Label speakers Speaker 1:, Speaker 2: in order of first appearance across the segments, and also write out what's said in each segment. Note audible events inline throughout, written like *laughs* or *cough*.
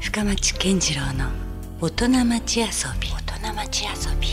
Speaker 1: 深町健次郎の大人町遊び大人町遊び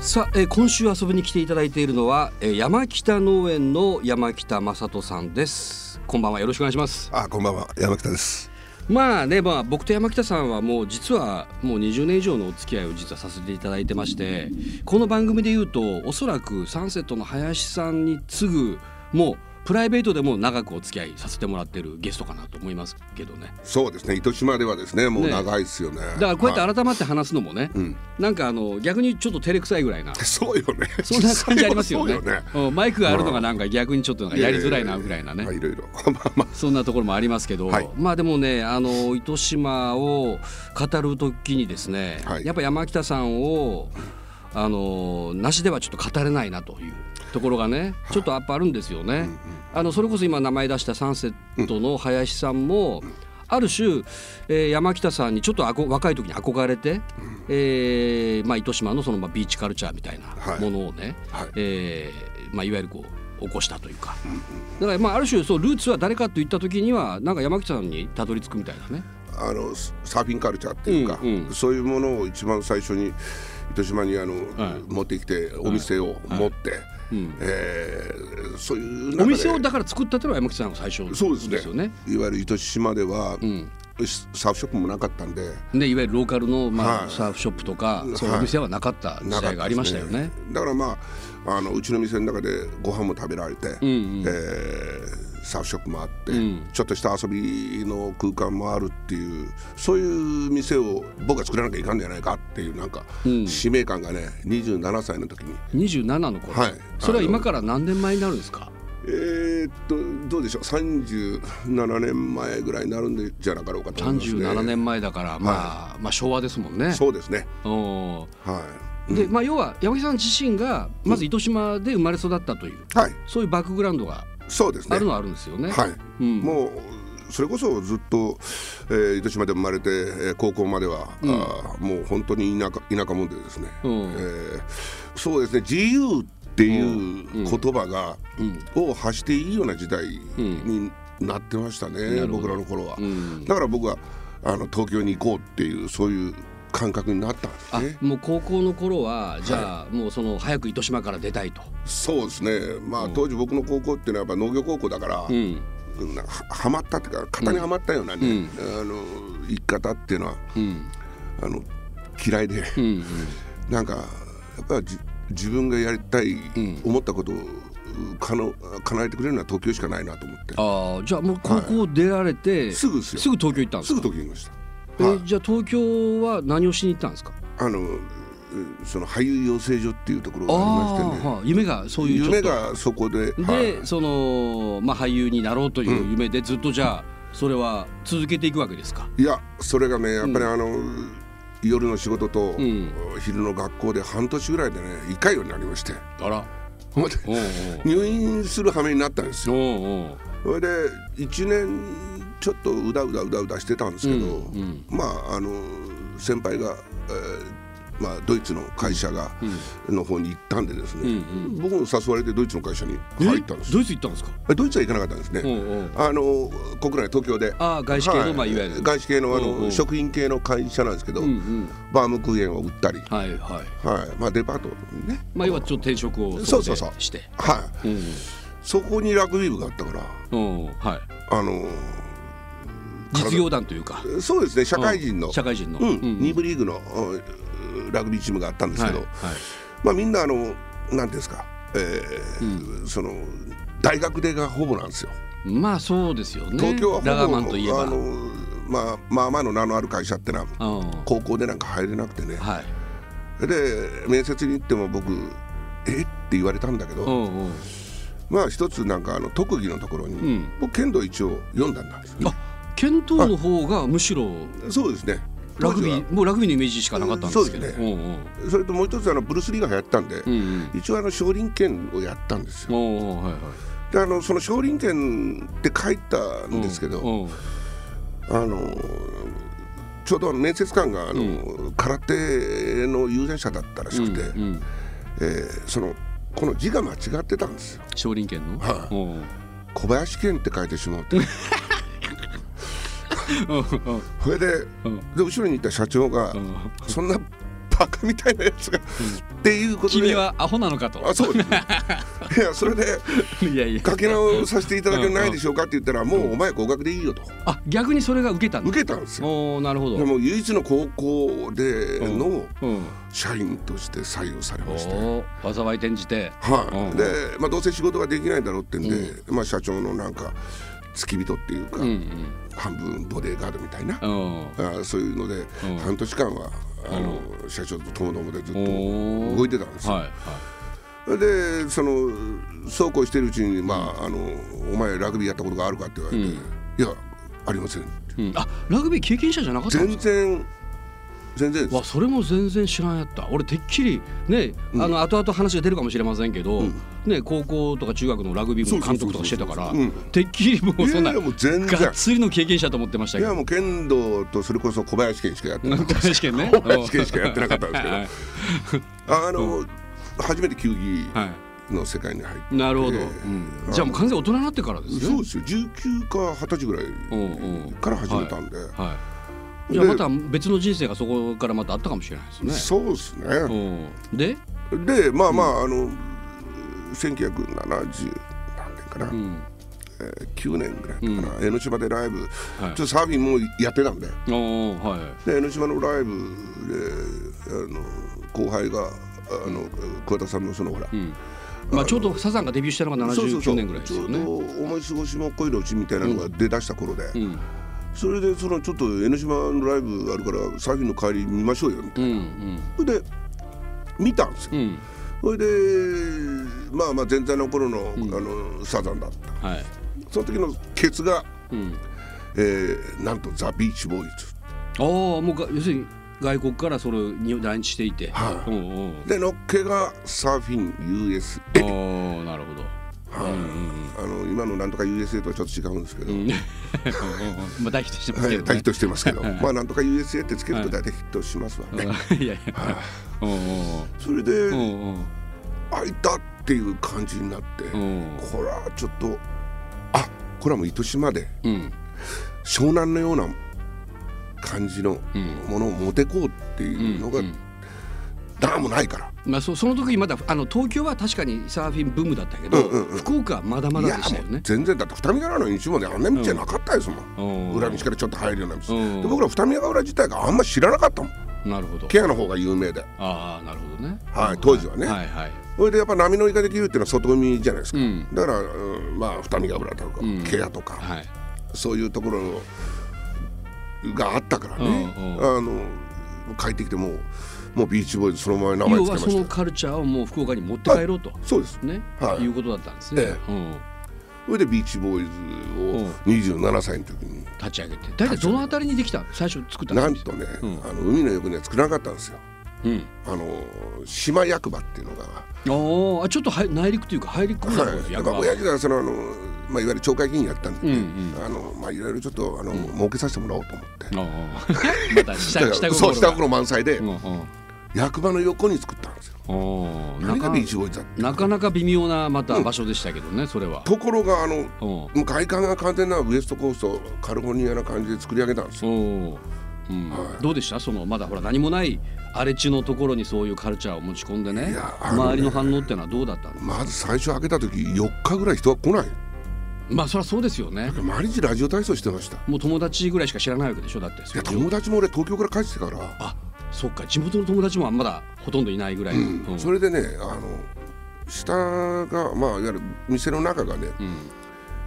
Speaker 2: さあ、えー今週遊びに来ていただいているのは、えー山北農園の山北正人さんですこんばんはよろしくお願いします
Speaker 3: あ、こんばんは、山北です。
Speaker 2: まあねまあ僕と山北さんはもう実はもう20年以上のお付き合いを実はさせていただいてましてこの番組で言うとおそらくサンセットの林さんに次ぐもうプライベートでも長くお付き合いさせてもらってるゲストかなと思いますけどね
Speaker 3: そうですね、糸島ではですね、もう
Speaker 2: ね
Speaker 3: 長いですよね。
Speaker 2: だからこうや
Speaker 3: は
Speaker 2: って改まって話すのもね、
Speaker 3: ん
Speaker 2: なんかあの逆にちょっと照れくさいぐらいない
Speaker 3: そうよね。
Speaker 2: そんな感じありますよね
Speaker 3: *laughs* そうよね。
Speaker 2: うんマイクがあるのがなんか逆にちょっとなんかやりづらいなぐらいなね
Speaker 3: まあ。いろい *laughs* ろ。まあまあ。
Speaker 2: そんなところもありますけど、
Speaker 3: はい
Speaker 2: まあでもねあの糸島を語る時にですね、
Speaker 3: はい
Speaker 2: やっぱ山北さんをあのなしではちょっと語れないなというところがねちょっとやっぱあるんですよね。あのそれこそ今名前出したサンセットの林さんも、ある種、えー山北さんにちょっとあこ若い時に憧れて、えーまあ、糸島のその、まあ、ビーチカルチャーみたいな
Speaker 3: はい
Speaker 2: ものをね、
Speaker 3: はい
Speaker 2: えーまあ、いわゆるこう起こしたというか、だからまあある種そうルーツは誰かといった時にはなんか山口さんにたどり着くみたいなね。
Speaker 3: あのサーフィンカルチャーっていうか、
Speaker 2: うんうん
Speaker 3: そういうものを一番最初に糸島にあの、
Speaker 2: はい
Speaker 3: 持ってきてお店を持って、えーそういう中で
Speaker 2: お店をだから作ったっていうのは山口さんが最初
Speaker 3: そうですね
Speaker 2: よね。
Speaker 3: いわゆる糸島では、サーフショップもなかったんで
Speaker 2: でいわゆるローカルの、ま
Speaker 3: は
Speaker 2: あ、
Speaker 3: い
Speaker 2: サーフショップとか、そういうお店はなかった時
Speaker 3: なかったです
Speaker 2: 代がありましたよね。
Speaker 3: だからまああのうちの店の中でご飯も食べられて、えーサーフショップもあって、ちょっとした遊びの空間もあるっていうそういう店を僕が作らなきゃいかんじゃないかっていうなんか、使命感がね27歳の時に
Speaker 2: 27の頃、
Speaker 3: はい
Speaker 2: それは今から何年前になるんですか
Speaker 3: えーっとどうでしょう37年前ぐらいになるんじゃなかろうかと思いますね
Speaker 2: 37年前だから、まあまあ昭和ですもんね。
Speaker 3: そうですね
Speaker 2: お
Speaker 3: はい、
Speaker 2: ーでまあ、要は山木さん自身がまず糸島で生まれ育ったという、
Speaker 3: はい
Speaker 2: そういうバックグラウンドが
Speaker 3: そうですね
Speaker 2: あるのはあるんですよね。
Speaker 3: はい、
Speaker 2: うん
Speaker 3: もうそれこそずっと、えー糸島で生まれて、えー高校までは、あーもう本当に田舎田舎者でですね、
Speaker 2: うん
Speaker 3: えーそうですね自由っていう言葉が、を発していいような時代になってましたね、僕らの頃は、だから僕はあの東京に行こうっていうそういう感覚になったんです
Speaker 2: あ
Speaker 3: ね
Speaker 2: もう高校の頃はじゃあ、もうその早く糸島から出たいと。
Speaker 3: そうですねまあ、当時僕の高校っていうのはやっぱ農業高校だから、なははまったっていうか型にはまったようなね、あの生き方っていうのは、あの嫌いで、なんかやっぱりじ自分がやりたい、思ったことをかの叶えてくれるのは東京しかないなと思って
Speaker 2: ああじゃあもう高校出られて、
Speaker 3: すぐですよ
Speaker 2: すぐ東京行ったんですす
Speaker 3: ぐ
Speaker 2: か
Speaker 3: 東京にいました。
Speaker 2: えじゃあ東京は何をしに行ったんですか
Speaker 3: あのえその俳優養成所っていうところがありましてね
Speaker 2: はい夢がそういうちょ
Speaker 3: 夢
Speaker 2: っと
Speaker 3: がそこで、
Speaker 2: で、
Speaker 3: はい
Speaker 2: その、まあ、俳優になろうという夢でずっとじゃあそれは続けていくわけですか。
Speaker 3: いやそれがねやっぱりあの、夜の仕事と、
Speaker 2: ん
Speaker 3: 昼の学校で半年ぐらいでね一回ようになりまして
Speaker 2: あら
Speaker 3: ほんで
Speaker 2: おう
Speaker 3: 入院する羽目になったんです
Speaker 2: おう
Speaker 3: よ
Speaker 2: おうおう
Speaker 3: それで1年ちょっとうだうだうだうだしてたんですけど、まああの先輩が、えーまあ、ドイツの会社が、の方に行ったんでですね、僕も誘われてドイツの会社に入ったんです
Speaker 2: えドイツ行ったんですか
Speaker 3: ドイツは行かなかったんですね、
Speaker 2: んうん
Speaker 3: あの国内東京で
Speaker 2: あー外資系のまあいわゆる
Speaker 3: 外資系のあの、
Speaker 2: うんうん
Speaker 3: 食品系の会社なんですけど、バームクーヘンを売ったり、
Speaker 2: はいはい。
Speaker 3: はいまあ、デパートにね
Speaker 2: まあ、要はちょっと転職を
Speaker 3: そ
Speaker 2: そう
Speaker 3: そ
Speaker 2: こ
Speaker 3: うそう
Speaker 2: でして。
Speaker 3: はい、そこにラグビー部があったから
Speaker 2: うんはい、
Speaker 3: あの
Speaker 2: 実業団というか。
Speaker 3: そうですね社会人の、
Speaker 2: うん社会人の
Speaker 3: うん
Speaker 2: うんうん
Speaker 3: 2部リーグのうんラグビーチームがあったんですけど、
Speaker 2: はい
Speaker 3: まあ、みんなあのなんていうんですか、えーその大学出がほぼなんですよ。
Speaker 2: まあそうですよね。
Speaker 3: 東京はほぼ、
Speaker 2: ラガーマンといえば。
Speaker 3: あのまあ、まあまあの名のある会社ってのは
Speaker 2: うん
Speaker 3: 高校でなんか入れなくてね、
Speaker 2: はい。
Speaker 3: で面接に行っても僕えって言われたんだけど、
Speaker 2: うんうん。
Speaker 3: まあ一つなんかあの特技のところに、
Speaker 2: ん
Speaker 3: 僕剣道一応読んだんだんですよね
Speaker 2: あ、剣道の方がむしろ
Speaker 3: そうですね
Speaker 2: ラグビ
Speaker 3: 当時
Speaker 2: ー、もうラグビーのイメージしかなかったんですけど。
Speaker 3: そうです
Speaker 2: うんうん
Speaker 3: はそれともう一つあのブルース・リーが流行ったんで、
Speaker 2: うん
Speaker 3: 一応あの少林拳をやったんです
Speaker 2: う
Speaker 3: よ
Speaker 2: ん。おおはいはい。
Speaker 3: であのその少林拳って書いたんですけど、
Speaker 2: うんうん
Speaker 3: あのちょうど面接官があの、空手の有段者だったらしくて、
Speaker 2: うん。
Speaker 3: えーそのこの字が間違ってたんですよ
Speaker 2: 少林拳の。
Speaker 3: はい
Speaker 2: おう
Speaker 3: 小林健って書いてしまうってそれでで後ろにいた社長がそんなバカみたいなやつがっていうことで
Speaker 2: 君はアホなのかと
Speaker 3: あそうですねいやそれで
Speaker 2: いやいや
Speaker 3: かけ直させていただけないでしょうかって言ったらもうお前合格でいいよと
Speaker 2: あ逆にそれが受けたんだ
Speaker 3: 受けたんですよ
Speaker 2: おーなるほど
Speaker 3: でも唯一の高校での
Speaker 2: うん
Speaker 3: 社員として採用され
Speaker 2: お
Speaker 3: まして
Speaker 2: ー災い転じて
Speaker 3: は
Speaker 2: うん
Speaker 3: い、で、まあ、どうせ仕事ができないだろうってんで、まあ、社長のなんか付き人っていうか、
Speaker 2: うん
Speaker 3: 半分ボディーガードみたいな、
Speaker 2: うんうん
Speaker 3: あーそういうので、
Speaker 2: うん
Speaker 3: 半年間はあの、社長と共々でずっと
Speaker 2: おー
Speaker 3: 動いてたんですよ。
Speaker 2: はいはい
Speaker 3: でそのそうこうしてるうちに、まああの「お前ラグビーやったことがあるか?」って言われて「
Speaker 2: うん
Speaker 3: いやありません
Speaker 2: うんあラグビー経験者じゃなかったんです
Speaker 3: 全
Speaker 2: か
Speaker 3: 然全然です
Speaker 2: わそれも全然知らんやった俺てっきりね、あの後々話が出るかもしれませんけど、ね高校とか中学のラグビー部の監督とかしてたから
Speaker 3: そうそうそう
Speaker 2: てっきりもうそんない
Speaker 3: やいやもう全然
Speaker 2: がっつりの経験者と思ってました
Speaker 3: い
Speaker 2: け
Speaker 3: や
Speaker 2: ど
Speaker 3: もう剣道とそれこそ小林健しかやってなか
Speaker 2: *laughs*
Speaker 3: っ
Speaker 2: 確かにね
Speaker 3: た小林健しかやってなかったんですけど
Speaker 2: はい
Speaker 3: あの、初めて球技
Speaker 2: は
Speaker 3: の世界に入って、
Speaker 2: いなるほど、
Speaker 3: ええ
Speaker 2: うんじゃあもう完全に大人になってからですね
Speaker 3: そうですよ19か20歳ぐら
Speaker 2: うんうん
Speaker 3: いから始めたんで、
Speaker 2: はいじゃあ
Speaker 3: で
Speaker 2: また別の人生がそこからまたあったかもしれないですね
Speaker 3: そうですね、
Speaker 2: うんで
Speaker 3: でまあまあ、あの1970何年かな、
Speaker 2: うん
Speaker 3: えー9年ぐらいだったかな、江ノ島でライブ、
Speaker 2: はい
Speaker 3: ちょっとサーフィンもやってたんで
Speaker 2: おーはい
Speaker 3: で江ノ島のライブであの後輩があの桑田さんのそのほら、
Speaker 2: うんまあちょうどサザンがデビューしたのが
Speaker 3: そうそうそ
Speaker 2: 79
Speaker 3: う
Speaker 2: 年ぐらいですよ
Speaker 3: ち
Speaker 2: ね
Speaker 3: ょうど「思い過ごしも恋のうち」みたいなのが出だした頃で、
Speaker 2: うん
Speaker 3: それでそのちょっと江ノ島のライブあるからサーフィンの帰り見ましょうよみたい
Speaker 2: うんうん
Speaker 3: なそれで見たんですよ
Speaker 2: うん
Speaker 3: それでまあまあ前座の頃の,、あのサザンだった
Speaker 2: はい
Speaker 3: その時のケツが、
Speaker 2: うん
Speaker 3: えーなんとザ・ビーチボーイズ
Speaker 2: ああもうが要するに外国からそれに来日していて、
Speaker 3: はい
Speaker 2: うんうん
Speaker 3: でのっけがサーフィン USA
Speaker 2: ああなるほど *laughs*
Speaker 3: はいあの今のなんとか USA とはちょっと違うんですけど、
Speaker 2: うんうんうんまあ大ヒットしてます
Speaker 3: は
Speaker 2: け
Speaker 3: い、
Speaker 2: ど
Speaker 3: 大
Speaker 2: ね
Speaker 3: ヒットしてます
Speaker 2: *laughs*
Speaker 3: けどまあなんとか USA ってつけると大体ヒットしますわね、
Speaker 2: *laughs* いやいやうん
Speaker 3: それで、
Speaker 2: うんうんうん
Speaker 3: あいたっていう感じになって、
Speaker 2: ん
Speaker 3: これはちょっとあこれはもう糸島で
Speaker 2: うん
Speaker 3: 湘南のような感じのものを持てこうっていうのが、なんもないから、
Speaker 2: まあ、そその時まだあの東京は確かにサーフィンブームだったけど、
Speaker 3: うんうんうん
Speaker 2: 福岡はまだま
Speaker 3: い
Speaker 2: だ
Speaker 3: や
Speaker 2: でしたよ
Speaker 3: もう
Speaker 2: ね。
Speaker 3: 全然だって二見川の道まであんな道じゃなかったですもん、
Speaker 2: うん
Speaker 3: 裏道からちょっと入るような道、
Speaker 2: うん
Speaker 3: で僕ら二見川裏自体があんま知らなかったもん
Speaker 2: なるほど。
Speaker 3: ケアの方が有名で
Speaker 2: ああなるほどね。
Speaker 3: はい当時はね
Speaker 2: はいはい。
Speaker 3: それでやっぱ波乗りができるっていうのは外海じゃないですか、
Speaker 2: うん
Speaker 3: だから、うんまあ二見川裏とか、ケアとか、
Speaker 2: はい。
Speaker 3: そういうところがあったからね、
Speaker 2: うん
Speaker 3: あの帰ってきてもうもうビーチボーイズそのまま名前
Speaker 2: 要
Speaker 3: つけま
Speaker 2: はそ
Speaker 3: し
Speaker 2: の
Speaker 3: た
Speaker 2: カルチャーをもう福岡に持って帰ろうと、
Speaker 3: そうです
Speaker 2: ね、
Speaker 3: はい
Speaker 2: い、うことだったんですね。
Speaker 3: え
Speaker 2: うん、
Speaker 3: それでビーチボーイズを27歳の時に
Speaker 2: 立ち上げて。大体どのあたりにできたの最初作ったの
Speaker 3: なんと
Speaker 2: ん
Speaker 3: ね、あの海の横には作らなかったんですよ
Speaker 2: うん。
Speaker 3: あの島役場っていうのが、
Speaker 2: ああちょっとはい内陸というか入り込んだところ
Speaker 3: はい、
Speaker 2: で
Speaker 3: やっ
Speaker 2: 役
Speaker 3: ぱ
Speaker 2: 場
Speaker 3: 親父がそのあの、まあ、いわゆる町会議員やったんでね、
Speaker 2: うん
Speaker 3: あのまあ、いろいろちょっとあの、儲けさせてもらおうと思って
Speaker 2: ああ *laughs* また下
Speaker 3: だか
Speaker 2: 下
Speaker 3: らそ
Speaker 2: 心
Speaker 3: う下
Speaker 2: が。
Speaker 3: 心満載で、
Speaker 2: うんうん
Speaker 3: 役場の横に作ったんですよ
Speaker 2: ああ
Speaker 3: 何
Speaker 2: な
Speaker 3: が
Speaker 2: か
Speaker 3: ビーチボーイズだって
Speaker 2: なかなか微妙なまた場所でしたけどね、それは。
Speaker 3: ところがあの
Speaker 2: うん。
Speaker 3: もう外観が完全なウエストコーストカルフォルニアな感じで作り上げたんですよ
Speaker 2: おーうんどうでしたそのまだほら何もない荒れ地のところにそういうカルチャーを持ち込んでね
Speaker 3: いやあのね
Speaker 2: 周りの反応ってのはどうだったの
Speaker 3: まず最初開けた時4日ぐらい人が来ない
Speaker 2: まあそりゃそうですよね
Speaker 3: 毎日ラジオ体操してましたい
Speaker 2: もう友達ぐらいしか知らないわけでしょだってそ
Speaker 3: や
Speaker 2: れ
Speaker 3: 友達も俺東京から帰ってきてから、
Speaker 2: あそっか地元の友達もまだほとんどいないぐらいの、うん
Speaker 3: それでねあの下がまあいわゆる店の中がね、
Speaker 2: ん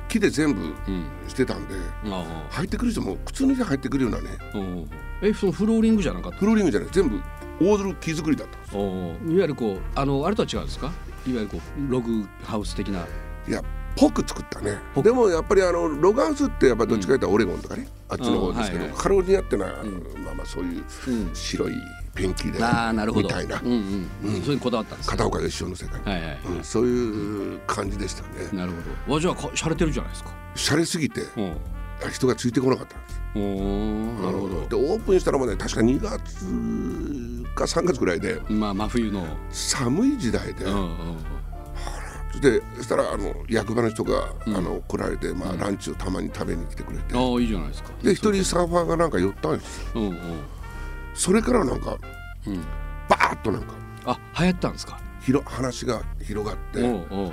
Speaker 3: 木で全部
Speaker 2: うん
Speaker 3: してたんで
Speaker 2: あ
Speaker 3: 入ってくる人も靴脱いで入ってくるようなね
Speaker 2: あうんえそのフローリングじゃなかった
Speaker 3: フローリングじゃない全部オール木造りだったんで
Speaker 2: おーいわゆるこうあのあれとは違うんですかいわゆるこうログハウス的な
Speaker 3: すいやぽく作ったね
Speaker 2: ぽく
Speaker 3: でもやっぱりあのロガンスってやっぱどっちかというとオレゴンとかね、あっちの方ですけど、
Speaker 2: うんはいはい
Speaker 3: カロリニアってのは、まあまあそういう白いペンキで、
Speaker 2: ああなるほど
Speaker 3: みたいな、
Speaker 2: うんうんそれにこだわったんですね
Speaker 3: 片岡義雄の世界、
Speaker 2: はいはい
Speaker 3: うんそういう感じでしたね
Speaker 2: なるほどあじゃあか洒落てるじゃないですか
Speaker 3: 洒落すぎて
Speaker 2: うん
Speaker 3: 人がついてこなかったんです
Speaker 2: おーなるほど
Speaker 3: でオープンしたのもね確か2月か3月ぐらいで
Speaker 2: まあ真冬の、
Speaker 3: 寒い時代で、
Speaker 2: うんう
Speaker 3: あ
Speaker 2: んうん、
Speaker 3: でそしたらあの役場の人が、あの来られて、まあ、ランチをたまに食べに来てくれて、
Speaker 2: ああいいじゃないですか
Speaker 3: で一人サーファーがなんか寄ったんですよ
Speaker 2: うんうん
Speaker 3: それからなんか、バーッとなんか
Speaker 2: あ流行ったんですか
Speaker 3: 広話が広がっ
Speaker 2: お
Speaker 3: て
Speaker 2: うおう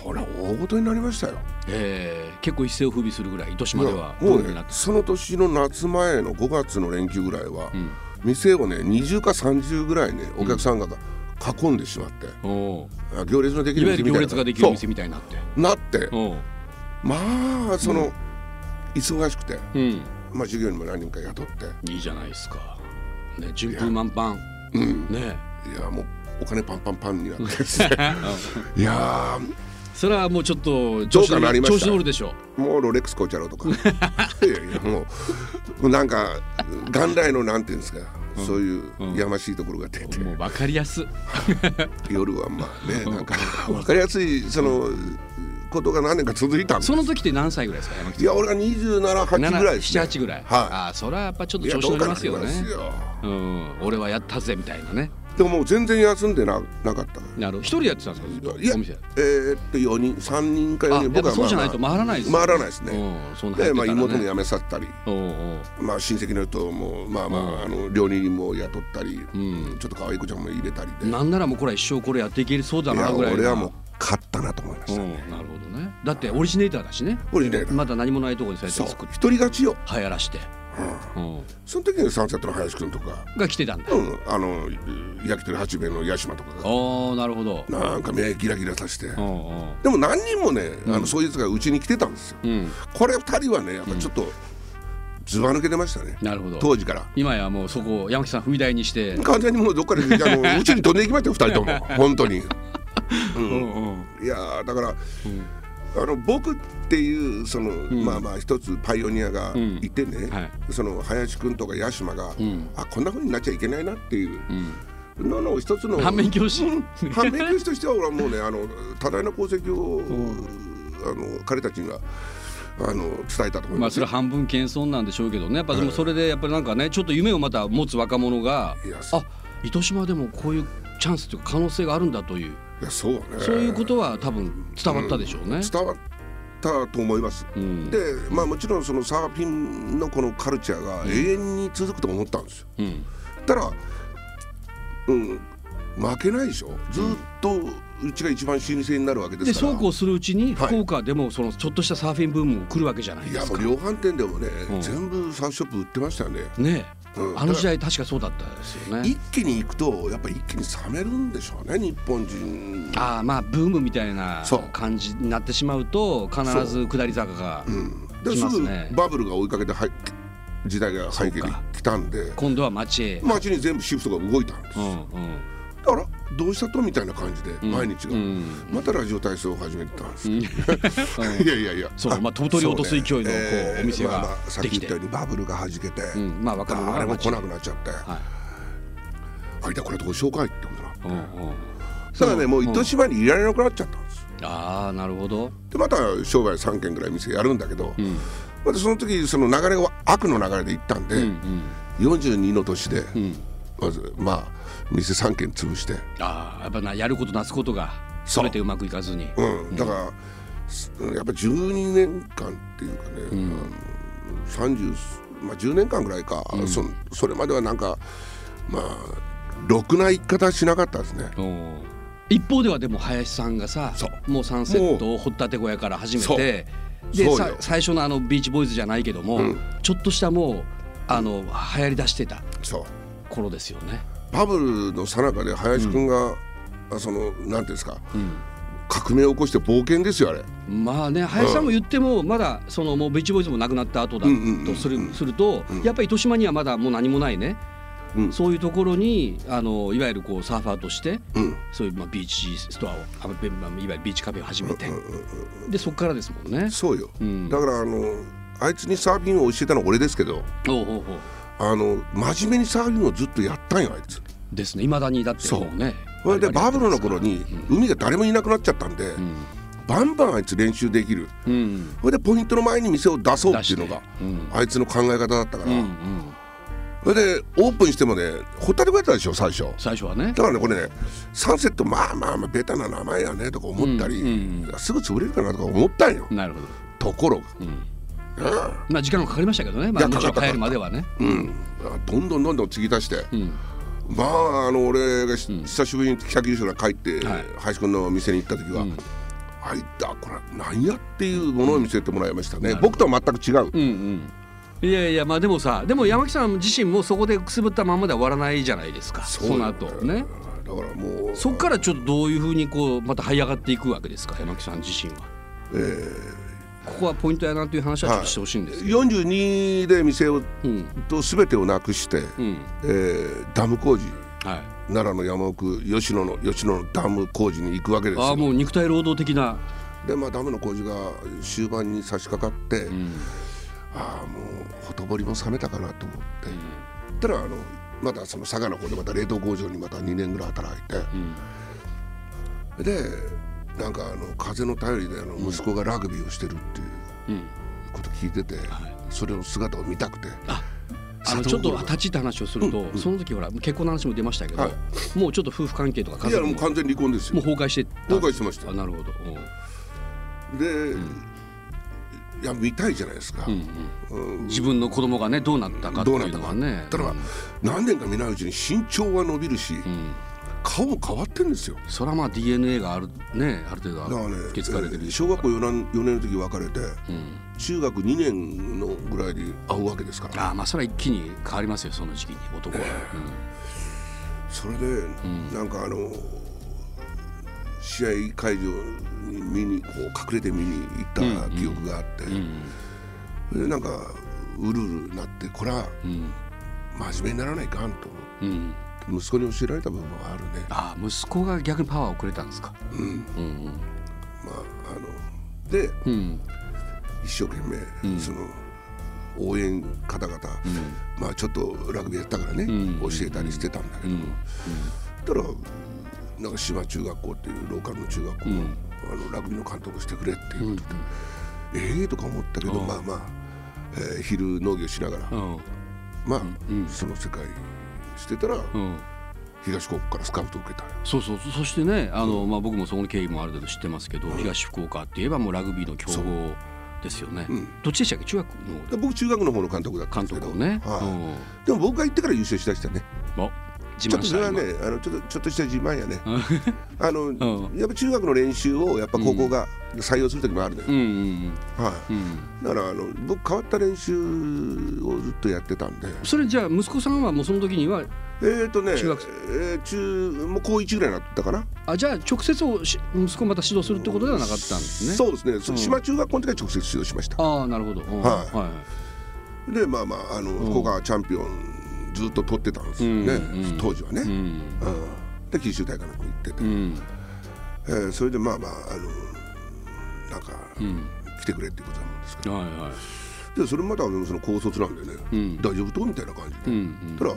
Speaker 3: ほら大事になりましたよ。
Speaker 2: えー、結構一世を風靡するぐらい糸島ではブ
Speaker 3: も
Speaker 2: ー
Speaker 3: う
Speaker 2: ムにな
Speaker 3: ね
Speaker 2: って
Speaker 3: その年の夏前の5月の連休ぐらいは、店をね20か30ぐらいねお客さんが囲んでしまって、
Speaker 2: おう
Speaker 3: あ行列のでき
Speaker 2: い
Speaker 3: る
Speaker 2: わゆる行
Speaker 3: 店みたいな
Speaker 2: 列ができる店みたいになって
Speaker 3: そうなって
Speaker 2: おう
Speaker 3: まあその、忙しくて、
Speaker 2: うん
Speaker 3: まあ、授業にも何人か雇って
Speaker 2: いいじゃないですかね順風満帆ね
Speaker 3: いやもうお金パンパンパンになってです
Speaker 2: *laughs*
Speaker 3: ねいや
Speaker 2: それはもうちょっと調子
Speaker 3: どうかなりました
Speaker 2: 調子乗るでしょ
Speaker 3: ーもうロレックス買うちゃろうと
Speaker 2: *laughs*
Speaker 3: かいやいやもうなんか元来のなんていうんですか、そういうやましいところが出て、
Speaker 2: うもう分かりや
Speaker 3: *laughs*
Speaker 2: す
Speaker 3: 夜はまあねなんか分かりやすいそのことが何年か続いたんです
Speaker 2: その時って何歳ぐらいですか山口
Speaker 3: いや俺が278ぐらいです、ね、
Speaker 2: 78ぐらい、
Speaker 3: は
Speaker 2: ああそれはやっぱちょっと
Speaker 3: いいや
Speaker 2: 調子
Speaker 3: ど
Speaker 2: 乗りま
Speaker 3: うかな
Speaker 2: す
Speaker 3: り
Speaker 2: よ
Speaker 3: ま
Speaker 2: ね
Speaker 3: すよ
Speaker 2: うん俺はやったぜみたいなね
Speaker 3: でももう全然休んでななかったか
Speaker 2: なるほど一人でやってたんですかずっと
Speaker 3: らいや
Speaker 2: お店
Speaker 3: えー、っと4人3人か4
Speaker 2: あ
Speaker 3: 人
Speaker 2: やっぱそうじゃないと
Speaker 3: まあ
Speaker 2: 回らないですよ
Speaker 3: 回らないですね
Speaker 2: うんそんな入っ
Speaker 3: で
Speaker 2: て
Speaker 3: まあ、
Speaker 2: たらね
Speaker 3: 妹も辞めさせたり、
Speaker 2: おうおう
Speaker 3: まあ、親戚の人もまあまあ,、あの料理人も雇ったり、ちょっと可愛い子ちゃんも入れたりでい
Speaker 2: なんならもうこれは一生これやっていけるそうだな
Speaker 3: や
Speaker 2: ぐらいの
Speaker 3: 俺はもう勝ったなと思いまし
Speaker 2: う
Speaker 3: た、
Speaker 2: んなるほどねだってオリジネーターだしね
Speaker 3: オリジネーター
Speaker 2: まだ何もないところにそうやっ
Speaker 3: そう
Speaker 2: て作って
Speaker 3: 一人勝ちよ
Speaker 2: 流行らして、うん
Speaker 3: その時にサンセットの林くんとか、
Speaker 2: が来てたんだ
Speaker 3: うん、あの焼き鳥八兵衛の八島とかが
Speaker 2: ああなるほど
Speaker 3: なんか目ギラギラさして、
Speaker 2: うんうん
Speaker 3: でも何人もねあのそういうやつがうちに来てたんですよ、
Speaker 2: うん
Speaker 3: これ二人はねやっぱちょっとずば抜けてましたね、
Speaker 2: なるほど
Speaker 3: 当時から
Speaker 2: 今やもうそこを山木さん踏み台にして
Speaker 3: 完全にもうどっかであ
Speaker 2: *laughs*
Speaker 3: のうちに飛んでいきましたよ二人とも本当に、うんいやーだから、あの僕っていうその、まあまあ一つパイオニアがいてね、
Speaker 2: はい
Speaker 3: その林くんとか八島が、あこんなふうになっちゃいけないなっていう、のの一つの
Speaker 2: 反面教師
Speaker 3: うん反面教師としては俺はもうねあの多大な功績を、あの彼たちにはあの伝えたと思い
Speaker 2: ま
Speaker 3: ま
Speaker 2: あ
Speaker 3: す
Speaker 2: それは半分謙遜なんでしょうけどねやっぱでもそれでやっぱりなんかねちょっと夢をまた持つ若者が
Speaker 3: いやそ
Speaker 2: あ糸島でもこういうチャンスというか可能性があるんだという
Speaker 3: いやそうね
Speaker 2: そういうことは多分伝わったでしょうね。
Speaker 3: 伝わったと思います、
Speaker 2: ん
Speaker 3: でまあもちろんそのサーフィンのこのカルチャーが永遠に続くと思ったんですよ、
Speaker 2: うん
Speaker 3: たらうん負けないでしょずっとうちが一番老舗になるわけで
Speaker 2: です
Speaker 3: から、
Speaker 2: そうこうするうちに
Speaker 3: はい
Speaker 2: 福岡でもそのちょっとしたサーフィンブームも来るわけじゃない
Speaker 3: い
Speaker 2: で
Speaker 3: や
Speaker 2: す
Speaker 3: も
Speaker 2: か
Speaker 3: う。量販店でもね、全部サーフショップ売ってましたよね
Speaker 2: ねえ
Speaker 3: うん
Speaker 2: あの時代確かそうだったですよね。
Speaker 3: 一気に行くとやっぱり一気に冷めるんでしょうね日本人
Speaker 2: ああまあブームみたいな
Speaker 3: そう
Speaker 2: 感じになってしまうと必ず下り坂が
Speaker 3: で
Speaker 2: 来
Speaker 3: す
Speaker 2: ます
Speaker 3: ぐ
Speaker 2: ね。
Speaker 3: バブルが追いかけて入っ時代が背景に来たんで
Speaker 2: 今度は街へ。
Speaker 3: 街に全部シフトが動いたんです
Speaker 2: う
Speaker 3: よ、
Speaker 2: んうん
Speaker 3: だからどうしたとみたいな感じで毎日が、またラジオ体操を始めてたんですよ、 *laughs* いやいやいや
Speaker 2: そうまあ飛ぶ鳥を落とす勢いのこうお店が
Speaker 3: まあまあさっき言
Speaker 2: でき
Speaker 3: っ
Speaker 2: て
Speaker 3: たようにバブルがはじけて、
Speaker 2: んまあ若者が
Speaker 3: 誰も来なくなっちゃって、
Speaker 2: い
Speaker 3: あいたこれどうしようかいってことになって
Speaker 2: うんうん
Speaker 3: ただねもう糸島にいられなくなっちゃったんですよ
Speaker 2: ああなるほど。
Speaker 3: でまた商売3軒ぐらい店やるんだけど、またその時その流れは悪の流れで行ったんで、42の年で、まずまあ店3軒潰して、
Speaker 2: ああやっぱなやることなすことが
Speaker 3: そう
Speaker 2: 全てうまくいかずに。
Speaker 3: うん、だから、すやっぱ12年間っていうかね、あの30まあ、10年間ぐらいか、そそれまではなんかまあろくな生き方はしなかったですね。
Speaker 2: うん一方ではでも林さんがさ
Speaker 3: そ
Speaker 2: もうサンセットを掘ったて小屋から始め
Speaker 3: そう
Speaker 2: てで
Speaker 3: そう
Speaker 2: さ
Speaker 3: よ
Speaker 2: 最初のあのビーチボーイズじゃないけども、ちょっとしたもうあの流行り出してた
Speaker 3: そう
Speaker 2: 頃ですよね。
Speaker 3: バブルの最中で林くんが、あそのなんていうんですか、革命を起こして冒険ですよあれ。
Speaker 2: まあね林さんも言ってもまだそのもうビーチボーイズもなくなった後だ
Speaker 3: うんうんうんう
Speaker 2: と
Speaker 3: ん
Speaker 2: するするとやっぱり糸島にはまだもう何もないね、
Speaker 3: うん
Speaker 2: そういうところにあのいわゆるこうサーファーとして
Speaker 3: うん
Speaker 2: そういうまあビーチストアをあべまあいわゆるビーチカフェを始めてでそこからですもんね。
Speaker 3: そうよ、
Speaker 2: ん
Speaker 3: だからあのあいつにサーフィンを教えたのは俺ですけど
Speaker 2: おうおうおう
Speaker 3: あの真面目にサーフィンをずっとやったんよあいつ
Speaker 2: ですね未だにだって
Speaker 3: そう
Speaker 2: もうね
Speaker 3: それで
Speaker 2: バ
Speaker 3: バ
Speaker 2: リバ
Speaker 3: ブル
Speaker 2: リや
Speaker 3: の
Speaker 2: ってま
Speaker 3: 頃に海が誰もいなくなっちゃったんで、バンバンあいつ練習できる
Speaker 2: すからうん
Speaker 3: それでポイントの前に店を出そうっていうのが
Speaker 2: 出して
Speaker 3: あいつの考え方だったから、
Speaker 2: うん
Speaker 3: それでオープンしてもねほったりばやったでしょ最初
Speaker 2: 最初はね
Speaker 3: だからねこれねサンセットまあまあまあベタな名前やねとか思ったり、
Speaker 2: うん
Speaker 3: すぐ潰れるかなとか思ったんよ
Speaker 2: なるほど、
Speaker 3: ところが、
Speaker 2: うん、
Speaker 3: うん
Speaker 2: まあ時間がかかりましたけどね、まあ、
Speaker 3: いや
Speaker 2: も
Speaker 3: か
Speaker 2: ちろ
Speaker 3: かっ
Speaker 2: ん
Speaker 3: た
Speaker 2: 流行るまではね
Speaker 3: うん、どんどんどんどん継ぎ足して、
Speaker 2: ん
Speaker 3: まああの俺がし、久しぶりに北九州から帰って、
Speaker 2: はい
Speaker 3: 林くんの店に行った時は、あいだこれ何やっていうものを見せてもらいましたね、僕とは全く違う、
Speaker 2: うんうんいやいやまあでもさでも山木さん自身もそこでくすぶったままでは終わらないじゃないですかそ
Speaker 3: そうよ
Speaker 2: の後ね
Speaker 3: だからもう
Speaker 2: そっからちょっとどういうふうにこうまた這い上がっていくわけですか山木さん自身は、ここはポイントやなという話はちょっとしてほしいんですけど、
Speaker 3: 42で店を
Speaker 2: うん
Speaker 3: と全てをなくして、
Speaker 2: うん
Speaker 3: えーダム工事
Speaker 2: はい
Speaker 3: 奈良の山奥吉野の吉野のダム工事に行くわけです
Speaker 2: ああ
Speaker 3: よ
Speaker 2: もう肉体労働的な
Speaker 3: でまあダムの工事が終盤に差し掛かって、ああもうほとぼりも冷めたかなと思って、たらあのまたその佐賀の方でまた冷凍工場にまた2年ぐらい働いて、でなんかあの風の頼りであの息子がラグビーをしてるっていうこと聞いてて、それの姿を見たくて
Speaker 2: あのちょっと立ち入った話をすると、その時ほら結婚の話も出ましたけど、
Speaker 3: はい
Speaker 2: もうちょっと夫婦関係とか
Speaker 3: い
Speaker 2: 家族
Speaker 3: や
Speaker 2: も
Speaker 3: もう
Speaker 2: も
Speaker 3: 完全に離婚ですよ
Speaker 2: う崩壊してた
Speaker 3: 崩壊してましたよ
Speaker 2: あなるほど、うん
Speaker 3: で、いや見たいじゃないですか、
Speaker 2: 自分の子供がねどうなったかって
Speaker 3: ど
Speaker 2: い
Speaker 3: うなっ
Speaker 2: う
Speaker 3: た
Speaker 2: の
Speaker 3: か
Speaker 2: がね
Speaker 3: ただ、何年か見ないうちに身長は伸びるし、顔も変わってるんですよ
Speaker 2: それはまあ DNA があるねある程
Speaker 3: だから
Speaker 2: 度
Speaker 3: ね
Speaker 2: 受け継がれて
Speaker 3: えー
Speaker 2: る
Speaker 3: 小学校4年 ,4 年の時別れて、中学2年のぐらいに会うわけですから
Speaker 2: ああまあそれは一気に変わりますよその時期に男は、
Speaker 3: それで、なんかあの試合会場に見にこう隠れて見に行った記憶があって、それでなんかうるうるなってこれは真面目にならないかんと、
Speaker 2: うんうん
Speaker 3: 息子に教えられた部分はあるね
Speaker 2: ああ息子が逆にパワーをくれたんですか
Speaker 3: まああので、一生懸命、その応援方々、まあちょっとラグビーやったからね、教えたりしてたんだけど、たらなんか島中学校っていうローカルの中学校の,、あのラグビーの監督してくれっていうことで、ええとか思ったけど、まあまあ、えー昼農業しながら、
Speaker 2: うん
Speaker 3: まあ、その世界してたら、
Speaker 2: うん
Speaker 3: 東高校からスカウト受けたよ
Speaker 2: そうそうそそしてねあの、まあ、僕もそこの経緯もある程度知ってますけど、東福岡って言えばもうラグビーの強豪ですよね、どっちでしたっけ中学の方
Speaker 3: で
Speaker 2: で
Speaker 3: 僕中学の方の監督だった
Speaker 2: 監
Speaker 3: んですけ
Speaker 2: 督
Speaker 3: ど
Speaker 2: をね、
Speaker 3: はい
Speaker 2: うん
Speaker 3: でも僕が行ってから優勝しだしたね
Speaker 2: お自
Speaker 3: ちょ
Speaker 2: 慢
Speaker 3: っと
Speaker 2: し
Speaker 3: それ
Speaker 2: た
Speaker 3: はね
Speaker 2: 今
Speaker 3: あのちょっとちょっとした自慢やね *laughs* あの、
Speaker 2: ん
Speaker 3: やっぱ中学の練習をやっぱ高校が採用する時もあるのよ、
Speaker 2: うんうんうん
Speaker 3: はいだからあの僕変わった練習をずっとやってたんで
Speaker 2: それじゃあ息子さんはもうその時には
Speaker 3: えっ、ー、とね
Speaker 2: 中学生
Speaker 3: えー中もう高1ぐらいになったかな
Speaker 2: あじゃあ直接をし息子をまた指導するってことではなかったんですね。
Speaker 3: そうですね、そう島中学校の時は直接指導しました
Speaker 2: ああなるほど。うん
Speaker 3: はい
Speaker 2: は
Speaker 3: でまあまああの、福岡チャンピオンずっと取ってたんですよね、当時はね、
Speaker 2: うん
Speaker 3: うんで九州大会なんかも行ってて、
Speaker 2: うん
Speaker 3: えーそれでまあまああのなんか、来てくれっていうことなんですけど
Speaker 2: はいはい。
Speaker 3: でそれまた俺もその高卒なんでね、大丈夫とみたいな感じで、たら、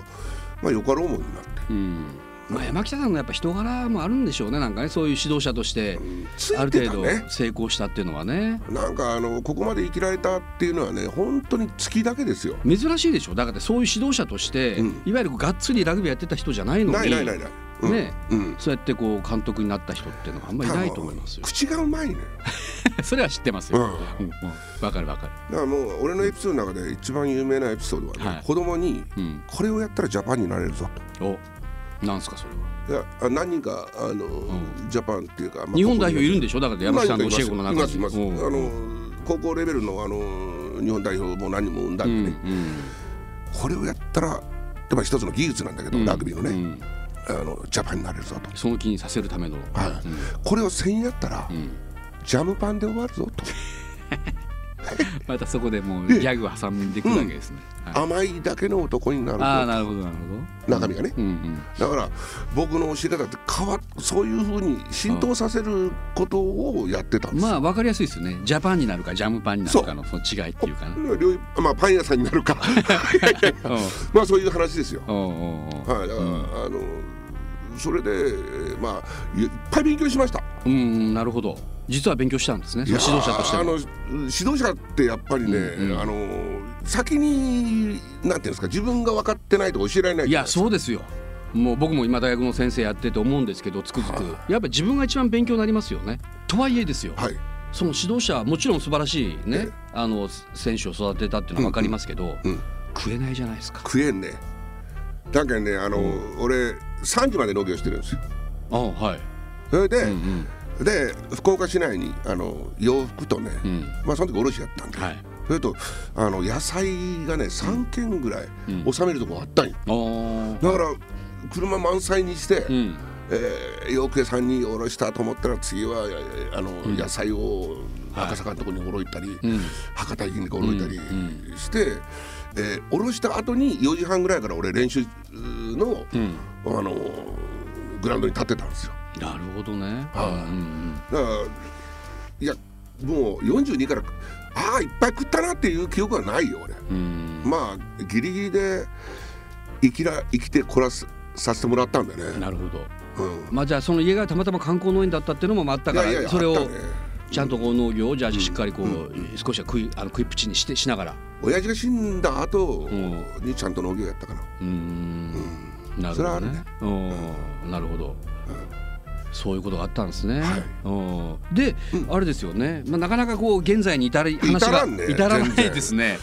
Speaker 3: まあ、よかろうもんになって、
Speaker 2: うんまあ、山北さんのやっぱ人柄もあるんでしょうねなんかねそういう指導者として
Speaker 3: つ
Speaker 2: あ
Speaker 3: い
Speaker 2: る
Speaker 3: て
Speaker 2: 程
Speaker 3: た
Speaker 2: 度
Speaker 3: ね
Speaker 2: 成功したっていうのはね
Speaker 3: なんかあのここまで生きられたっていうのはね本当に月だけですよ
Speaker 2: 珍しいでしょだからそういう指導者として、いわゆるがっつりラグビーやってた人じゃないのに
Speaker 3: ないないないない、うん
Speaker 2: ね
Speaker 3: うん
Speaker 2: そうやってこう監督になった人っていうのがあんまりいないと思い
Speaker 3: *laughs*
Speaker 2: ますよ。
Speaker 3: 口がうまいね
Speaker 2: *laughs* それは知ってますよ。う
Speaker 3: う
Speaker 2: んんうんわかるわかる。
Speaker 3: だからもう俺のエピソードの中で一番有名なエピソードはね、
Speaker 2: はい
Speaker 3: 子供に、
Speaker 2: ん
Speaker 3: これをやったらジャパンになれるぞ
Speaker 2: おなんすかそれは。
Speaker 3: といやあ何人かあの、ジャパンっていうか、まあ
Speaker 2: 日本代
Speaker 3: ここ
Speaker 2: 表
Speaker 3: に
Speaker 2: いるんでしょだから山口さんの教え子の中に
Speaker 3: いますいますいます
Speaker 2: うん
Speaker 3: あの高校レベルのあの日本代表も何人も生んだんでね、これをやったらでも一つの技術なんだけど、ラグビーのね、あのジャパンになれるぞと、
Speaker 2: その気にさせるための、
Speaker 3: はいこれを1000円やったら、ジャムパンで終わるぞと、
Speaker 2: またそこでもうギャグを挟んでいくわけですね、はい
Speaker 3: 甘いだけの男になる
Speaker 2: ああ
Speaker 3: ぞ
Speaker 2: なるほどなるほど
Speaker 3: 中身がね、
Speaker 2: うんうん
Speaker 3: だから僕の教え方って変わそういうふうに浸透させることをやってたんですよ、
Speaker 2: まあ分かりやすいですよねジャパンになるかジャムパンになるかのその違いっていうかね
Speaker 3: 料理まあ、パン屋さんになるか
Speaker 2: *laughs*
Speaker 3: *laughs* まあそういう話ですよ
Speaker 2: おうおうおう
Speaker 3: はい、だから、あのそれで、えーまあ、いいっぱい勉強しました
Speaker 2: うんなるほど実は勉強したんですね
Speaker 3: い
Speaker 2: 指
Speaker 3: や
Speaker 2: 導者として
Speaker 3: あの
Speaker 2: も
Speaker 3: 指導者ってやっぱりね、あの先になんていうんですか自分が分かってないと教えられない
Speaker 2: い
Speaker 3: じゃな
Speaker 2: や
Speaker 3: ですか
Speaker 2: そうですよもう僕も今大学の先生やってて思うんですけどつくづくやっぱ自分が一番勉強になりますよねとはいえですよ、
Speaker 3: はい
Speaker 2: その指導者はもちろん素晴らしいね
Speaker 3: ええ
Speaker 2: あの選手を育てたっていうのは分かりますけど、
Speaker 3: うん
Speaker 2: 食えないじゃないですか
Speaker 3: 食えんねだけどねあの、俺3時まで農業してるんですよ
Speaker 2: あはい
Speaker 3: それで、
Speaker 2: うん
Speaker 3: で福岡市内にあの洋服とね、
Speaker 2: ん
Speaker 3: まあその時卸やったんで、
Speaker 2: はい
Speaker 3: それとあの野菜がね3軒ぐらい収めるとこあったんよ、
Speaker 2: あー
Speaker 3: だから車満載にして、
Speaker 2: うん
Speaker 3: えー洋服屋さんに卸したと思ったら次はえーあの、野菜を赤坂のところに卸いたり、
Speaker 2: ん
Speaker 3: 博多駅に卸いたりして、えー卸した後に4時半ぐらいから俺練習の、
Speaker 2: ん
Speaker 3: あのグラウンドに立ってたんですよ。
Speaker 2: なるほどね
Speaker 3: はい
Speaker 2: うん
Speaker 3: だからいやもう42からああいっぱい食ったなっていう記憶はないよ俺、
Speaker 2: うん
Speaker 3: まあギリギリで生きら生きてこらすさせてもらったんだよ
Speaker 2: うん
Speaker 3: ね、
Speaker 2: なるほど
Speaker 3: うん、
Speaker 2: まあじゃあその家がたまたま観光農園だったっていうのもあったからそれ
Speaker 3: あっ
Speaker 2: を
Speaker 3: たね
Speaker 2: ちゃんとこう農業をじゃあしっかりこう少しは食いあの食いプチにしてしながら
Speaker 3: 親父が死んだ後
Speaker 2: ん
Speaker 3: にちゃんと農業やったから、
Speaker 2: うーんなる
Speaker 3: そ
Speaker 2: ほ
Speaker 3: れはあ
Speaker 2: ど
Speaker 3: る
Speaker 2: ね
Speaker 3: ね。
Speaker 2: うんなるほど。そういうことがあったんですね。
Speaker 3: はい
Speaker 2: うんで、あれですよね。まあなかなかこう現在に至る話
Speaker 3: 至
Speaker 2: が
Speaker 3: らんね
Speaker 2: 至らな
Speaker 3: 全
Speaker 2: い
Speaker 3: 然
Speaker 2: ですね。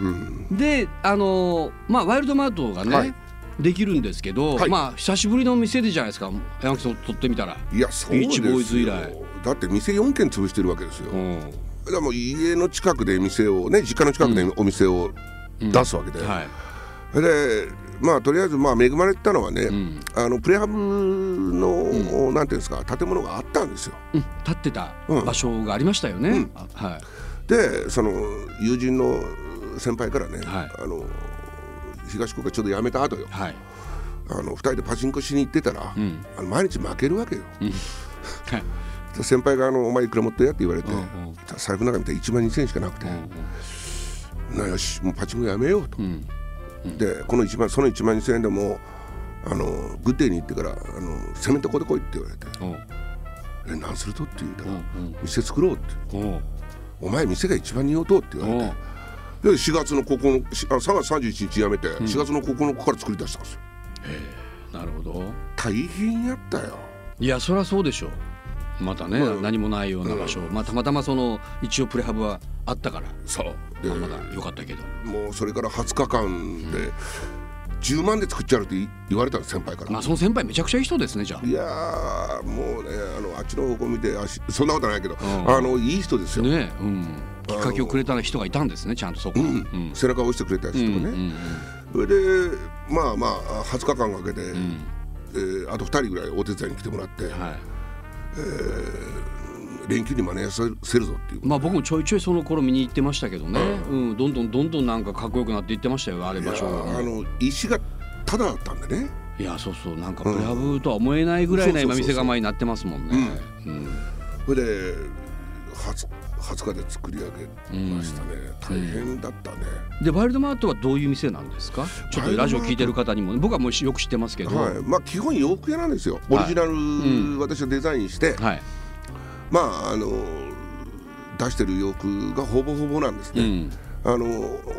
Speaker 3: うん、
Speaker 2: で、あのーまあワイルドマートがね、
Speaker 3: はい
Speaker 2: できるんですけど、
Speaker 3: はい
Speaker 2: まあ久しぶりの店でじゃないですか。山木さん取ってみたら。
Speaker 3: いやそう
Speaker 2: ビ
Speaker 3: で
Speaker 2: ーチ
Speaker 3: すよ
Speaker 2: ボーイズ以来
Speaker 3: だって店4軒潰してるわけですよ、
Speaker 2: う
Speaker 3: だか
Speaker 2: ん
Speaker 3: らもう家の近くで店をね実家の近くでお店を出すわけで、
Speaker 2: はい。
Speaker 3: でまあとりあえずまあ恵まれてたのはね、
Speaker 2: ん
Speaker 3: あのプレハブの、なんていうんですか建物があったんですよ
Speaker 2: うん立ってた場所がありましたよね。あはい。
Speaker 3: でその友人の先輩からね、
Speaker 2: はい
Speaker 3: あの東国がちょうど辞めた後よ
Speaker 2: はい。
Speaker 3: あの2人でパチンコしに行ってたら、
Speaker 2: ん
Speaker 3: あの毎日負けるわけよ、
Speaker 2: はい。
Speaker 3: で先輩があの「お前いくら持ってるや?」って言われて、
Speaker 2: んうん
Speaker 3: 財布の中見て1万2000円しかなくて、なよしもうパチンコやめようと、
Speaker 2: ん
Speaker 3: でこの1万その1万2000円でもあのグッデイに行ってからあのせめてここで来いって言われて
Speaker 2: うん
Speaker 3: 「え何すると?」って言うたら、
Speaker 2: うん
Speaker 3: 店作ろう」って
Speaker 2: うんうん
Speaker 3: 「お前店が一番似合うと」って言わ
Speaker 2: うん
Speaker 3: れて。で4月の9日しあ3月31日やめて、4月の9日から作り出したんですよ
Speaker 2: なるほど。
Speaker 3: 大変やったよ
Speaker 2: いやそりゃそうでしょうまたね、
Speaker 3: まあ
Speaker 2: 何もないような場所、まあたまたまその一応プレハブはあったから、
Speaker 3: そうで
Speaker 2: まあ、まだ良かったけど、
Speaker 3: もうそれから20日間で10万で作っちゃうってい言われたの先輩から、
Speaker 2: まあその先輩めちゃくちゃいい人ですねじゃあ
Speaker 3: いやーもうねあのあっちの方向見てあしそんなことないけど、
Speaker 2: ん
Speaker 3: あのいい人ですよ、
Speaker 2: ねえうんきっかけをくれた人がいたんですねちゃんとそこに、うん
Speaker 3: 背中を押してくれた人とかね、それでまあまあ20日間かけて、えーあと2人ぐらいお手伝いに来てもらって、
Speaker 2: はい
Speaker 3: 連休に間に合わせるぞっていう
Speaker 2: まあ僕もちょいちょいその頃見に行ってましたけどね、うんどんどんどんどんなんかかっこよくなっていってましたよあれ場所が
Speaker 3: あの石がただだったんでね
Speaker 2: いやそうそうなんかプレハブとは思えないぐらいな
Speaker 3: うん
Speaker 2: 今店構えになってますもんね、
Speaker 3: それで 20, 20日で作り上げましたね、大変だったね、
Speaker 2: でワイルドマートはどういう店なんですかちょっとラジオ聞いてる方にも僕はもうよく知ってますけど、
Speaker 3: はいまあ、基本洋服屋なんですよオリジナル、私はデザインして、
Speaker 2: はい。
Speaker 3: まああの出してる洋服がほぼほぼなんです
Speaker 2: う
Speaker 3: ね、
Speaker 2: ん。
Speaker 3: あの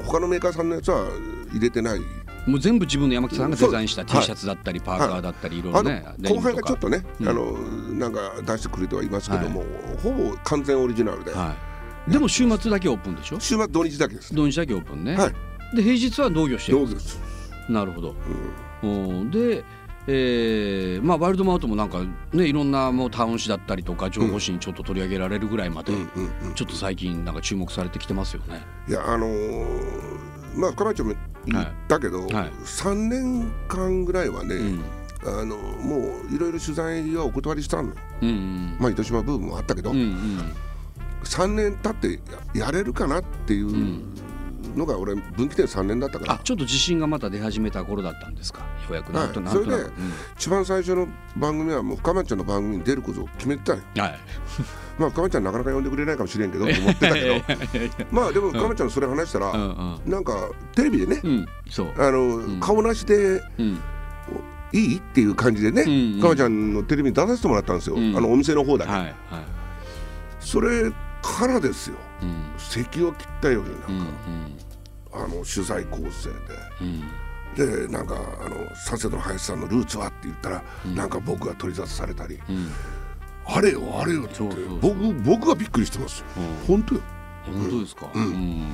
Speaker 3: 他のメーカーさんのやつは入れてない、
Speaker 2: もう全部自分の山木さんがデザインした
Speaker 3: そう
Speaker 2: T
Speaker 3: です
Speaker 2: シャツだったりパーカーだったりいろい
Speaker 3: あ
Speaker 2: ろ
Speaker 3: の
Speaker 2: ね。デニム
Speaker 3: 後輩
Speaker 2: と
Speaker 3: が
Speaker 2: か
Speaker 3: ちょっとね、あのなんか出してくれてはいますけども、ほぼ完全オリジナルで、
Speaker 2: はい。でも週末だけオープンでしょ。
Speaker 3: 週末土日だけです、
Speaker 2: 土日だけオープンね。
Speaker 3: はい
Speaker 2: で平日は農業して
Speaker 3: ど
Speaker 2: る。
Speaker 3: うです
Speaker 2: なるほど。うん。で。えーまあ、ワイルドマウントもなんか、ね、いろんなもうタウン誌だったりとか情報誌にちょっと取り上げられるぐらいまで、ちょっと最近なんか注目されてきてますよね。
Speaker 3: いやあのーまあ深町も言ったけど、
Speaker 2: いはい
Speaker 3: 三年間ぐらいはね、
Speaker 2: ん
Speaker 3: あのもういろいろ取材はお断りしたの
Speaker 2: うん
Speaker 3: まあ糸島ブームもあったけど、
Speaker 2: うんうん
Speaker 3: 三年経ってややれるかなっていうのが俺分岐点三年だったから、
Speaker 2: あちょっと自信がまた出始めた頃だったんですかようやく
Speaker 3: は
Speaker 2: なん
Speaker 3: い
Speaker 2: とな
Speaker 3: そ
Speaker 2: く
Speaker 3: れで、一番最初の番組はもう深町の番組に出ることを決めてたんよ
Speaker 2: うんはい、
Speaker 3: まあ深町はなかなか呼んでくれないかもし
Speaker 2: *laughs*
Speaker 3: れんけどと思ってたけどまあでも深町のそれ話したら、
Speaker 2: うんうん
Speaker 3: なんかテレビでね、
Speaker 2: うん、そう。
Speaker 3: あの、顔なしで
Speaker 2: うん、
Speaker 3: いいっていう感じでね、
Speaker 2: んうん
Speaker 3: かまちゃんのテレビに出させてもらったんですよ、
Speaker 2: ん
Speaker 3: あのお店の方だけ、
Speaker 2: はい、はい。
Speaker 3: それからですよ
Speaker 2: うん、
Speaker 3: 咳を切ったようになんか、
Speaker 2: うん、
Speaker 3: あの取材構成で、でなんかあの佐世保の林さんのルーツはって言ったら、なんか僕が取り沙汰されたり、あれよあれよって言って
Speaker 2: そうそう
Speaker 3: 僕僕がびっくりしてますよ、本当よ
Speaker 2: 本当ですか、うん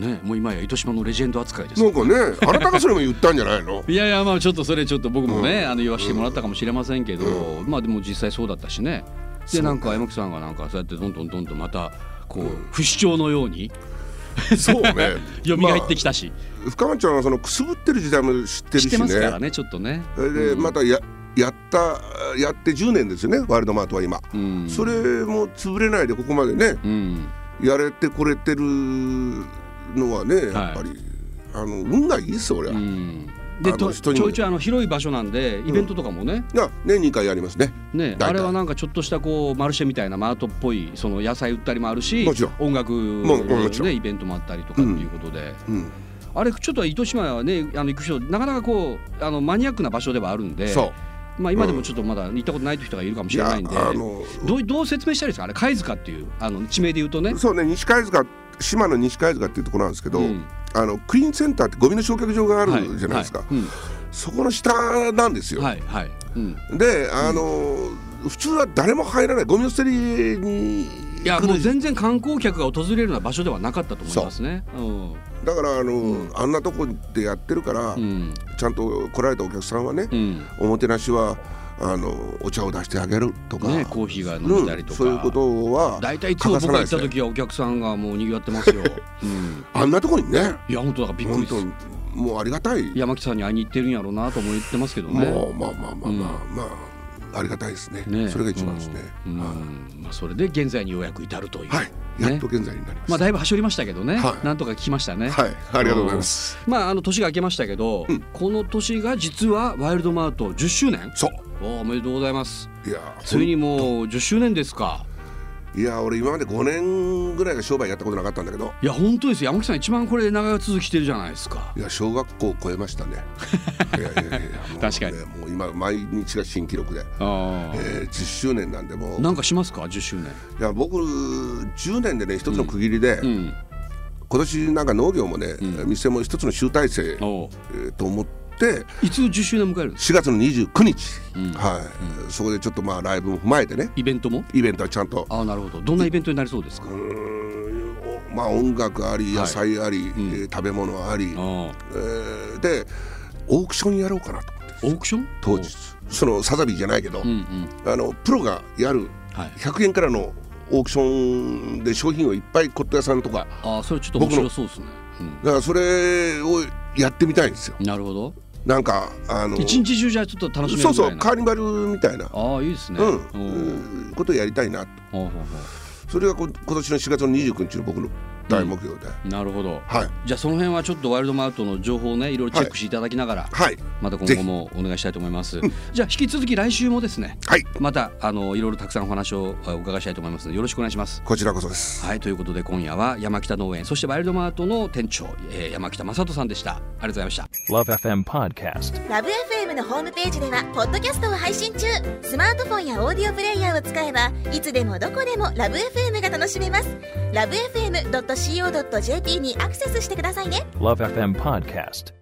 Speaker 2: ねもう今や糸島のレジェンド扱いです
Speaker 3: なんかねあなたがそれも言ったんじゃないの
Speaker 2: いやいやまあちょっ *laughs* とそれちょっと僕もね、あの言わせてもらったかもしれませんけど、まあでも実際そうだったしねでなんか山木さんがなんかそうやってどんどんどんどんまたこう、不死鳥のように
Speaker 3: そうね
Speaker 2: 蘇って
Speaker 3: き
Speaker 2: きたし、
Speaker 3: 深町ちゃんはそのくすぶってる時代も知って
Speaker 2: 知
Speaker 3: るし
Speaker 2: ってますから
Speaker 3: ね
Speaker 2: ねちょっとね
Speaker 3: それでまたややったやって10年ですよねワールドマートは今、
Speaker 2: うん
Speaker 3: それも潰れないでここまでね
Speaker 2: うん
Speaker 3: やれてこれてるのはねやっぱり、あの運がいいですよ俺は、
Speaker 2: うんで
Speaker 3: あの
Speaker 2: とち
Speaker 3: 人にも
Speaker 2: ょいちょいあの広い場所なんでイベントとかもね、
Speaker 3: が年2回やりますね
Speaker 2: ね、
Speaker 3: 大体
Speaker 2: あれはなんかちょっとしたこうマルシェみたいなマートっぽいその野菜売ったりもあるし
Speaker 3: もちろん
Speaker 2: 音楽
Speaker 3: ももちろ
Speaker 2: の、ね、
Speaker 3: ん
Speaker 2: イベントもあったりとかっていうことで、
Speaker 3: うん
Speaker 2: あれちょっと糸島はねあの行く人なかなかこうあのマニアックな場所ではあるんで
Speaker 3: そ
Speaker 2: まあ、今でもちょっとまだ行ったことない人がいるかも
Speaker 3: うい
Speaker 2: しれ
Speaker 3: や
Speaker 2: ないんで、
Speaker 3: あの
Speaker 2: どうどう説明したらいいですかあれ貝塚っていうあの地名で言うとね。
Speaker 3: そうね西貝塚島の西貝塚っていうところなんですけど、
Speaker 2: うん
Speaker 3: あのクリーンセンターってゴミの焼却場が
Speaker 2: は
Speaker 3: あるじゃないですか、
Speaker 2: はいうん
Speaker 3: そこの下なんですよ、
Speaker 2: はいはいうん
Speaker 3: であの、普通は誰も入らないゴミの捨てりに
Speaker 2: いや
Speaker 3: 来
Speaker 2: もう
Speaker 3: る
Speaker 2: 全然観光客が訪れるような場所ではなかったと思いますね。うん
Speaker 3: だからあの、あんなとこでやってるから、
Speaker 2: うん
Speaker 3: ちゃんと来られたお客さんはね、
Speaker 2: うん
Speaker 3: おもてなしはあのお茶を出してあげるとか、
Speaker 2: ね、コーヒーが飲めたりとか、
Speaker 3: うんそういうことは
Speaker 2: 大体いつも僕が行った
Speaker 3: 欠かさないですね
Speaker 2: 時はお客さんがもう賑わってますよ、うん、
Speaker 3: あんなとこにね
Speaker 2: いや本当だからびっく
Speaker 3: 本
Speaker 2: りで
Speaker 3: 当
Speaker 2: す
Speaker 3: にもうありがたい、
Speaker 2: 山木さんに会いに行ってるんやろうなとも言ってますけどね
Speaker 3: もうまあまあまあまあ、まあありがたいですね
Speaker 2: ね
Speaker 3: それが一番ですね、
Speaker 2: うんうんまあ、それで現在にようやく至るという、
Speaker 3: はいや
Speaker 2: ね
Speaker 3: っと現在になりました、
Speaker 2: まあ、だいぶ走りましたけどね、
Speaker 3: はい
Speaker 2: なんとか聞きましたね、
Speaker 3: はいありがとうございます
Speaker 2: まあ、あの年が明けましたけど、この年が実はワイルドマート10周年
Speaker 3: そう
Speaker 2: おおめでとうございます
Speaker 3: いや
Speaker 2: ついにもう10周年ですか
Speaker 3: いや俺今まで5年ぐらいが商売やったことなかったんだけど
Speaker 2: いや本当ですよ山木さん一番これ長続きしてるじゃないですか
Speaker 3: いや小学校を超えま
Speaker 2: *laughs*
Speaker 3: したねいやいやいやいやもうね
Speaker 2: 確かに
Speaker 3: もう今毎日が新記録で、
Speaker 2: あー
Speaker 3: えー、10周年なんでもう
Speaker 2: なんかしますか10周年
Speaker 3: いや僕10年でね一つの区切りで、
Speaker 2: うん
Speaker 3: 今年なんか農業もね、店も一つの集大成、
Speaker 2: おう
Speaker 3: えーと思って
Speaker 2: いつ10周年迎えるんですか
Speaker 3: 4月の29日、はいそこでちょっとまあライブも踏まえてね
Speaker 2: イベントも
Speaker 3: イベントはちゃんと
Speaker 2: ああなるほどどんなイベントになりそうですか、
Speaker 3: うーんまあ音楽あり野菜あり、えー食べ物あり、
Speaker 2: あー
Speaker 3: えーでオークションやろうかなと思って
Speaker 2: オークション
Speaker 3: 当日そのサザビーじゃないけど、
Speaker 2: うんうん
Speaker 3: あのプロがやる
Speaker 2: はい
Speaker 3: 100円からのオークションで商品をいっぱい骨董屋さんとか
Speaker 2: ああそれちょっと面白そうですね、
Speaker 3: だからそれをやってみたいんですよ
Speaker 2: うん、なるほど
Speaker 3: なんかあの
Speaker 2: 一日中じゃちょっと楽しめるぐらいな
Speaker 3: そうそうカーニバルみたいな、
Speaker 2: ああいいですね
Speaker 3: うん
Speaker 2: うん
Speaker 3: うんことをやりたいなと
Speaker 2: ほうほうほ
Speaker 3: それがこ今年の4月の29日の僕の大目標で、
Speaker 2: うなるほど
Speaker 3: はい
Speaker 2: じゃあその辺はちょっとワイルドマウトの情報をねいろいろチェックしていただきながら、
Speaker 3: はい
Speaker 2: また今
Speaker 3: ぜひ
Speaker 2: 後もお願いしたいと思いますじゃあ引き続き来週もですね
Speaker 3: はい
Speaker 2: またあのいろいろたくさんお話をあお伺いしたいと思いますのでよろしくお願いします
Speaker 3: こちらこそです
Speaker 2: はいということで今夜は山北農園そしてワイルドマートの店長、えー山北正人さんでしたありがとうございました
Speaker 4: Love FM Podcast.
Speaker 5: ラブ f m のホームページではポッドキャストを配信中スマートフォンやオーディオプレイヤーを使えばいつでもどこでもラブ f m が楽しめますラブ FM.co.jp にアクセスしてくださいね
Speaker 4: Love FM Podcast.